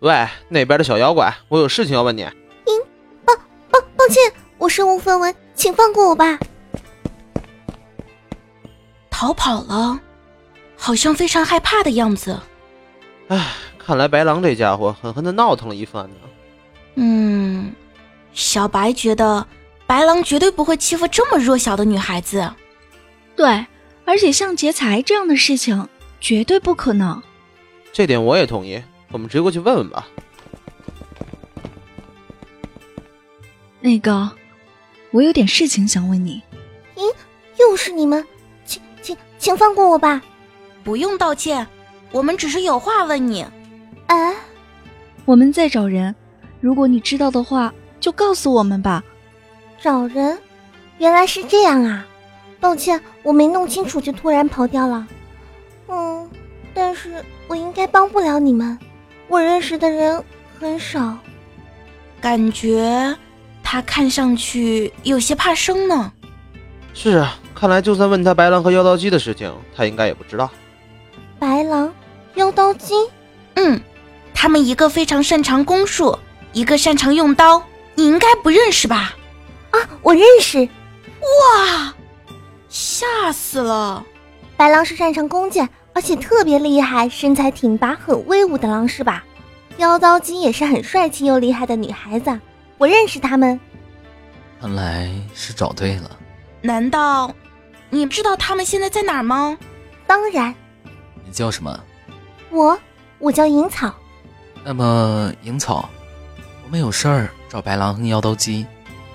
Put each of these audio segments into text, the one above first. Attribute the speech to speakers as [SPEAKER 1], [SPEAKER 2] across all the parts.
[SPEAKER 1] 喂，那边的小妖怪，我有事情要问你。
[SPEAKER 2] 抱抱歉，我身无分文，请放过我吧。
[SPEAKER 3] 逃跑了，好像非常害怕的样子。
[SPEAKER 1] 看来白狼这家伙狠狠的闹腾了一番呢。
[SPEAKER 3] 嗯，小白觉得白狼绝对不会欺负这么弱小的女孩子。
[SPEAKER 4] 对，而且像劫财这样的事情绝对不可能。
[SPEAKER 1] 这点我也同意，我们直接过去问问吧。
[SPEAKER 4] 那个，我有点事情想问你。
[SPEAKER 2] 又是你们，请请请放过我吧。
[SPEAKER 3] 不用道歉，我们只是有话问你。
[SPEAKER 2] 啊，
[SPEAKER 4] 我们在找人，如果你知道的话，就告诉我们吧。
[SPEAKER 2] 找人，原来是这样啊！抱歉，我没弄清楚就突然跑掉了。嗯，但是我应该帮不了你们，我认识的人很少。
[SPEAKER 3] 感觉他看上去有些怕生呢。
[SPEAKER 1] 是啊，看来就算问他白狼和妖刀姬的事情，他应该也不知道。
[SPEAKER 2] 白狼、妖刀姬，
[SPEAKER 3] 嗯，他们一个非常擅长攻术，一个擅长用刀，你应该不认识吧？
[SPEAKER 2] 我认识。
[SPEAKER 3] 哇，吓死了！
[SPEAKER 2] 白狼是擅长弓箭，而且特别厉害，身材挺拔，很威武的狼是吧？妖刀姬也是很帅气又厉害的女孩子，啊我认识她们。
[SPEAKER 5] 看来是找对了。
[SPEAKER 3] 难道你知道他们现在在哪儿吗？
[SPEAKER 2] 当然，
[SPEAKER 5] 你叫什么？
[SPEAKER 2] 我我叫银草，
[SPEAKER 5] 那么萤草，我们有事儿找白狼和妖刀姬，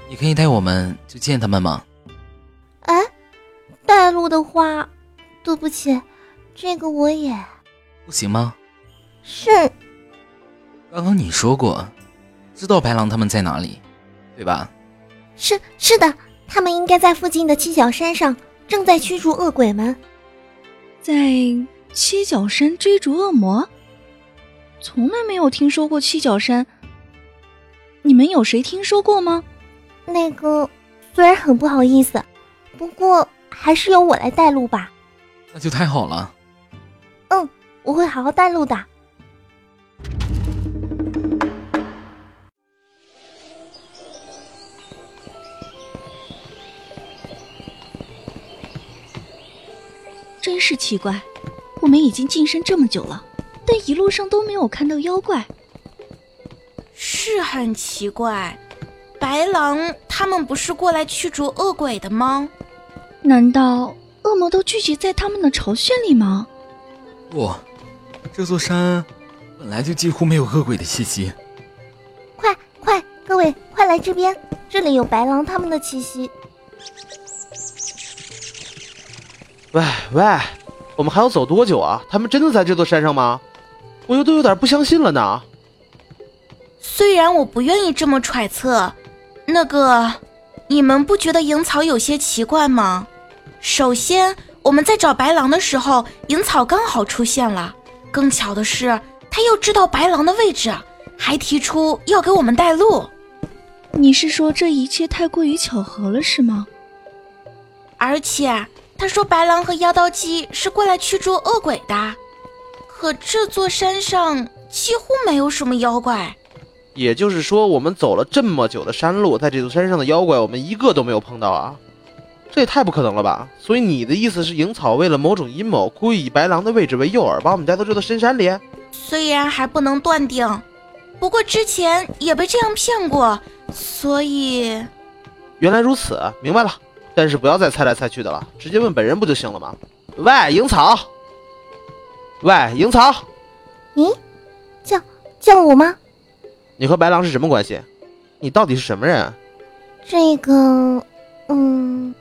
[SPEAKER 5] 你可以带我们去见他们吗？
[SPEAKER 2] 哎，带路的话，对不起，这个我也
[SPEAKER 5] 不行吗？
[SPEAKER 2] 是
[SPEAKER 5] 刚刚你说过，知道白狼他们在哪里，对吧？
[SPEAKER 2] 是是的，他们应该在附近的七角山上，正在驱逐恶鬼们。
[SPEAKER 4] 在七角山追逐恶魔，从来没有听说过七角山。你们有谁听说过吗？
[SPEAKER 2] 那个虽然很不好意思，不过还是由我来带路吧，
[SPEAKER 5] 那就太好了。
[SPEAKER 2] 我会好好带路的。
[SPEAKER 4] 真是奇怪，我们已经近身这么久了，但一路上都没有看到妖怪。
[SPEAKER 3] 是很奇怪，白狼他们不是过来驱逐恶鬼的吗？
[SPEAKER 4] 难道恶魔都聚集在他们的巢穴里吗？
[SPEAKER 5] 不，这座山本来就几乎没有恶鬼的气息。
[SPEAKER 2] 快快，各位快来这边，这里有白狼他们的气息。
[SPEAKER 1] 喂喂，我们还要走多久啊？他们真的在这座山上吗？我又都有点不相信了呢。
[SPEAKER 3] 虽然我不愿意这么揣测，那个，你们不觉得萤草有些奇怪吗？首先，我们在找白狼的时候，萤草刚好出现了。更巧的是，他又知道白狼的位置，还提出要给我们带路。
[SPEAKER 4] 你是说这一切太过于巧合了是吗？
[SPEAKER 3] 而且他说白狼和妖刀姬是过来驱逐恶鬼的，可这座山上几乎没有什么妖怪。
[SPEAKER 1] 也就是说，我们走了这么久的山路，在这座山上的妖怪，我们一个都没有碰到啊！这也太不可能了吧！所以你的意思是，萤草为了某种阴谋，故意以白狼的位置为诱饵，把我们带到这座深山里？
[SPEAKER 3] 虽然还不能断定，不过之前也被这样骗过，所以
[SPEAKER 1] 原来如此，明白了。但是不要再猜来猜去的了，直接问本人不就行了吗？喂，萤草！喂，萤草！
[SPEAKER 2] 叫我吗？
[SPEAKER 1] 你和白狼是什么关系？你到底是什么人？
[SPEAKER 2] 这个，嗯，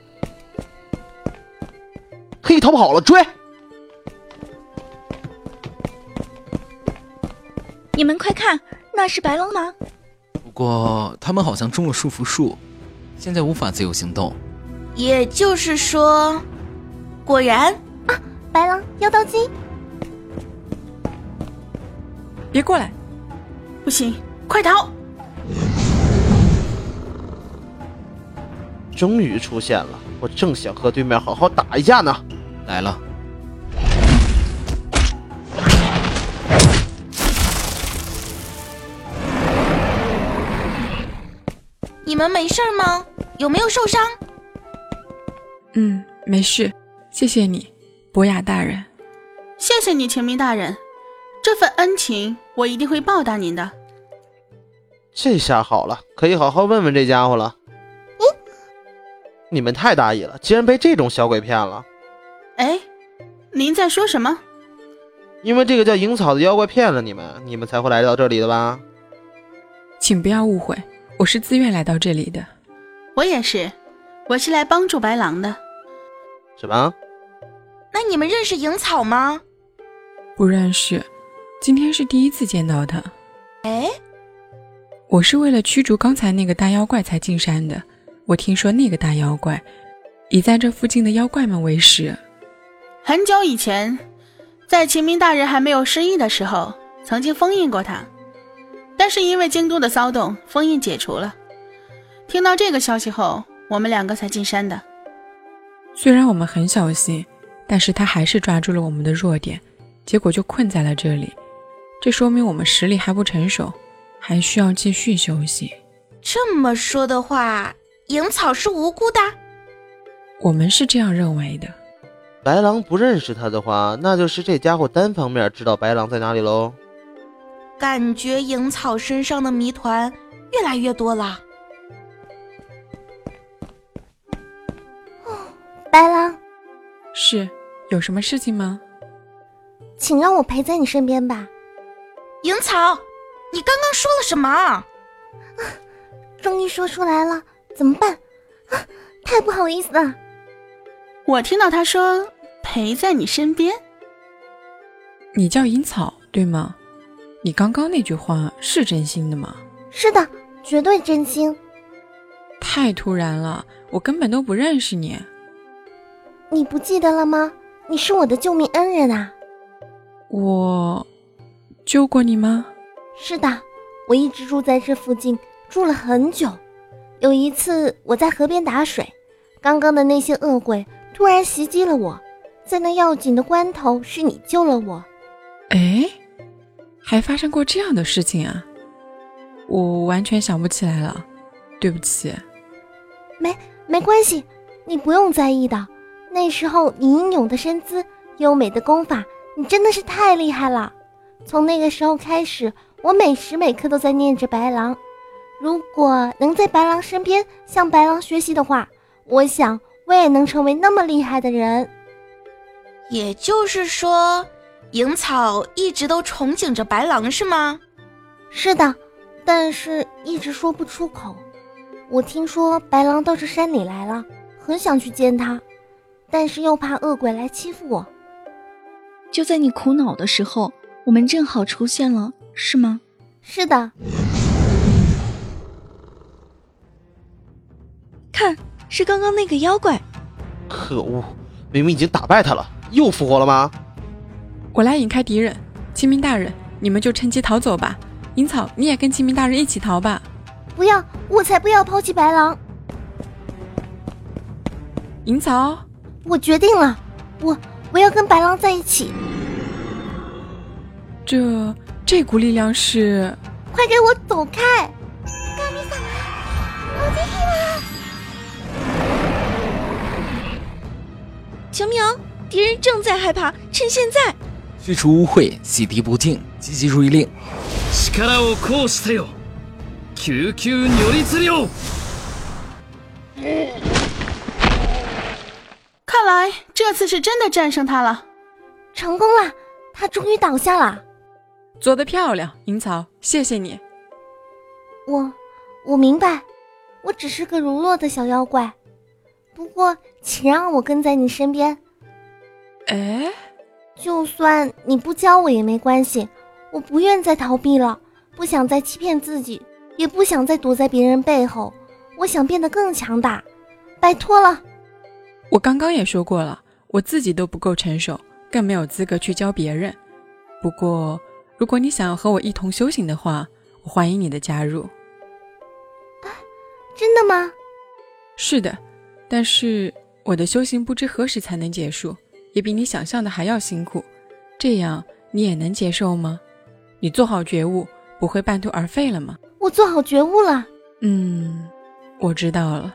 [SPEAKER 1] 可以逃跑了，追！
[SPEAKER 4] 你们快看，那是白龙吗？
[SPEAKER 5] 不过他们好像中了束缚术，现在无法自由行动。
[SPEAKER 3] 也就是说，果然
[SPEAKER 2] 白狼妖刀姬，
[SPEAKER 6] 别过来！不行，
[SPEAKER 3] 快逃！
[SPEAKER 1] 终于出现了，我正想和对面好好打一架呢。
[SPEAKER 5] 来了，
[SPEAKER 3] 你们没事儿吗？有没有受伤？
[SPEAKER 6] 嗯，没事，谢谢你，博雅大人。
[SPEAKER 7] 谢谢你，秦明大人，这份恩情我一定会报答您的。
[SPEAKER 1] 这下好了，可以好好问问这家伙了。你们太大意了，竟然被这种小鬼骗了。
[SPEAKER 7] 哎，您在说什么？
[SPEAKER 1] 因为这个叫萤草的妖怪骗了你们，你们才会来到这里的吧？
[SPEAKER 6] 请不要误会，我是自愿来到这里的。
[SPEAKER 7] 我也是，我是来帮助白狼的。
[SPEAKER 1] 什么？
[SPEAKER 3] 那你们认识萤草吗？
[SPEAKER 6] 不认识，今天是第一次见到他。
[SPEAKER 3] 哎，
[SPEAKER 6] 我是为了驱逐刚才那个大妖怪才进山的。我听说那个大妖怪以在这附近的妖怪们为食。
[SPEAKER 7] 很久以前，在秦明大人还没有失忆的时候，曾经封印过他，但是因为京都的骚动，封印解除了。听到这个消息后，我们两个才进山的。
[SPEAKER 6] 虽然我们很小心，但是他还是抓住了我们的弱点，结果就困在了这里。这说明我们实力还不成熟，还需要继续休息。
[SPEAKER 3] 这么说的话，萤草是无辜的。
[SPEAKER 6] 我们是这样认为的。
[SPEAKER 1] 白狼不认识他的话，那就是这家伙单方面知道白狼在哪里喽。
[SPEAKER 3] 感觉萤草身上的谜团越来越多了。
[SPEAKER 2] 白狼，
[SPEAKER 6] 是，有什么事情吗？
[SPEAKER 2] 请让我陪在你身边吧。
[SPEAKER 3] 萤草，你刚刚说了什么？
[SPEAKER 2] 终于说出来了，怎么办？啊太不好意思了。
[SPEAKER 7] 我听到他说陪在你身边，
[SPEAKER 6] 你叫银草对吗？你刚刚那句话是真心的吗？
[SPEAKER 2] 是的，绝对真心。
[SPEAKER 6] 太突然了，我根本都不认识你。
[SPEAKER 2] 你不记得了吗？你是我的救命恩人啊！
[SPEAKER 6] 我救过你吗？
[SPEAKER 2] 是的，我一直住在这附近，住了很久。有一次我在河边打水，刚刚的那些恶鬼突然袭击了我，在那要紧的关头是你救了我。
[SPEAKER 6] 哎，还发生过这样的事情啊！我完全想不起来了，对不起。
[SPEAKER 2] 没关系，你不用在意的。那时候你英勇的身姿、优美的功法，你真的是太厉害了。从那个时候开始，我每时每刻都在念着白狼。如果能在白狼身边向白狼学习的话，我想我也能成为那么厉害的人。
[SPEAKER 3] 也就是说，萤草一直都憧憬着白狼是吗？
[SPEAKER 2] 是的，但是一直说不出口。我听说白狼到这山里来了，很想去见他，但是又怕恶鬼来欺负我。
[SPEAKER 4] 就在你苦恼的时候，我们正好出现了，是吗？
[SPEAKER 2] 是的，
[SPEAKER 4] 看，是刚刚那个妖怪。
[SPEAKER 1] 可恶，明明已经打败他了，又复活了吗？
[SPEAKER 6] 我来引开敌人，清明大人，你们就趁机逃走吧。银草，你也跟清明大人一起逃吧。
[SPEAKER 2] 不要，我才不要抛弃白狼！
[SPEAKER 6] 银草，
[SPEAKER 2] 我决定了，我我要跟白狼在一起，
[SPEAKER 6] 这这股力量是……
[SPEAKER 2] 快给我走开！
[SPEAKER 4] 乔明，敌人正在害怕，趁现在！
[SPEAKER 5] 去除污秽，洗涤不净，积极注意力。
[SPEAKER 8] 力を行してよ救急如律令
[SPEAKER 7] 看来这次是真的战胜他了。
[SPEAKER 2] 成功了，他终于倒下了。
[SPEAKER 6] 做得漂亮，银草，谢谢你。
[SPEAKER 2] 我我明白，我只是个柔弱的小妖怪。不过，请让我跟在你身边，
[SPEAKER 6] 哎，
[SPEAKER 2] 就算你不教我也没关系。我不愿再逃避了，不想再欺骗自己，也不想再躲在别人背后。我想变得更强大，拜托了。
[SPEAKER 6] 我刚刚也说过了，我自己都不够成熟，更没有资格去教别人。不过，如果你想要和我一同修行的话，我欢迎你的加入。
[SPEAKER 2] 真的吗？
[SPEAKER 6] 是的，但是我的修行不知何时才能结束，也比你想象的还要辛苦。这样你也能接受吗？你做好觉悟，不会半途而废了吗？
[SPEAKER 2] 我做好觉悟了。
[SPEAKER 6] 嗯，我知道了。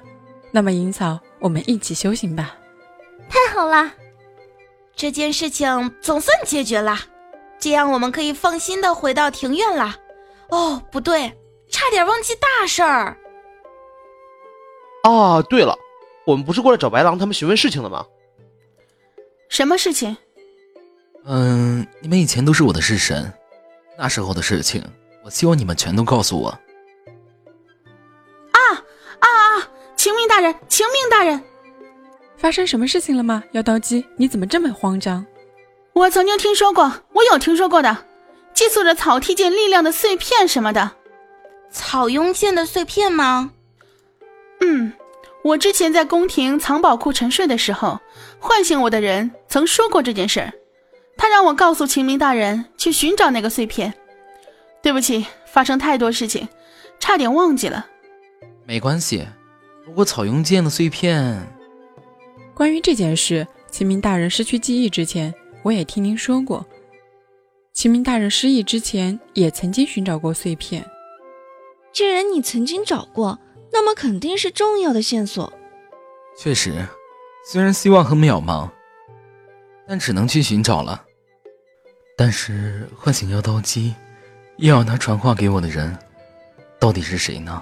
[SPEAKER 6] 那么银草，我们一起修行吧。
[SPEAKER 2] 太好啦！
[SPEAKER 3] 这件事情总算解决啦，这样我们可以放心的回到庭院啦。哦，不对，差点忘记大事儿。
[SPEAKER 1] 哦，对了，我们不是过来找白狼他们询问事情的吗？
[SPEAKER 7] 什么事情？
[SPEAKER 5] 嗯，你们以前都是我的式神，那时候的事情，我希望你们全都告诉我。
[SPEAKER 7] 秦明大人，秦明大人，
[SPEAKER 6] 发生什么事情了吗？妖刀姬，你怎么这么慌张？
[SPEAKER 7] 我曾经听说过，我有听说过的，寄宿着草剃剑力量的碎片什么的。
[SPEAKER 3] 草庸剑的碎片吗？
[SPEAKER 7] 嗯，我之前在宫廷藏宝库沉睡的时候，唤醒我的人曾说过这件事儿，他让我告诉秦明大人去寻找那个碎片。对不起，发生太多事情，差点忘记了。
[SPEAKER 5] 没关系，如果草庸剑的碎片，
[SPEAKER 6] 关于这件事，秦明大人失去记忆之前，我也听您说过。秦明大人失忆之前，也曾经寻找过碎片。
[SPEAKER 4] 既然你曾经找过，那么肯定是重要的线索。
[SPEAKER 5] 确实，虽然希望很渺茫，但只能去寻找了。但是唤醒妖刀姬，又要他传话给我的人，到底是谁呢？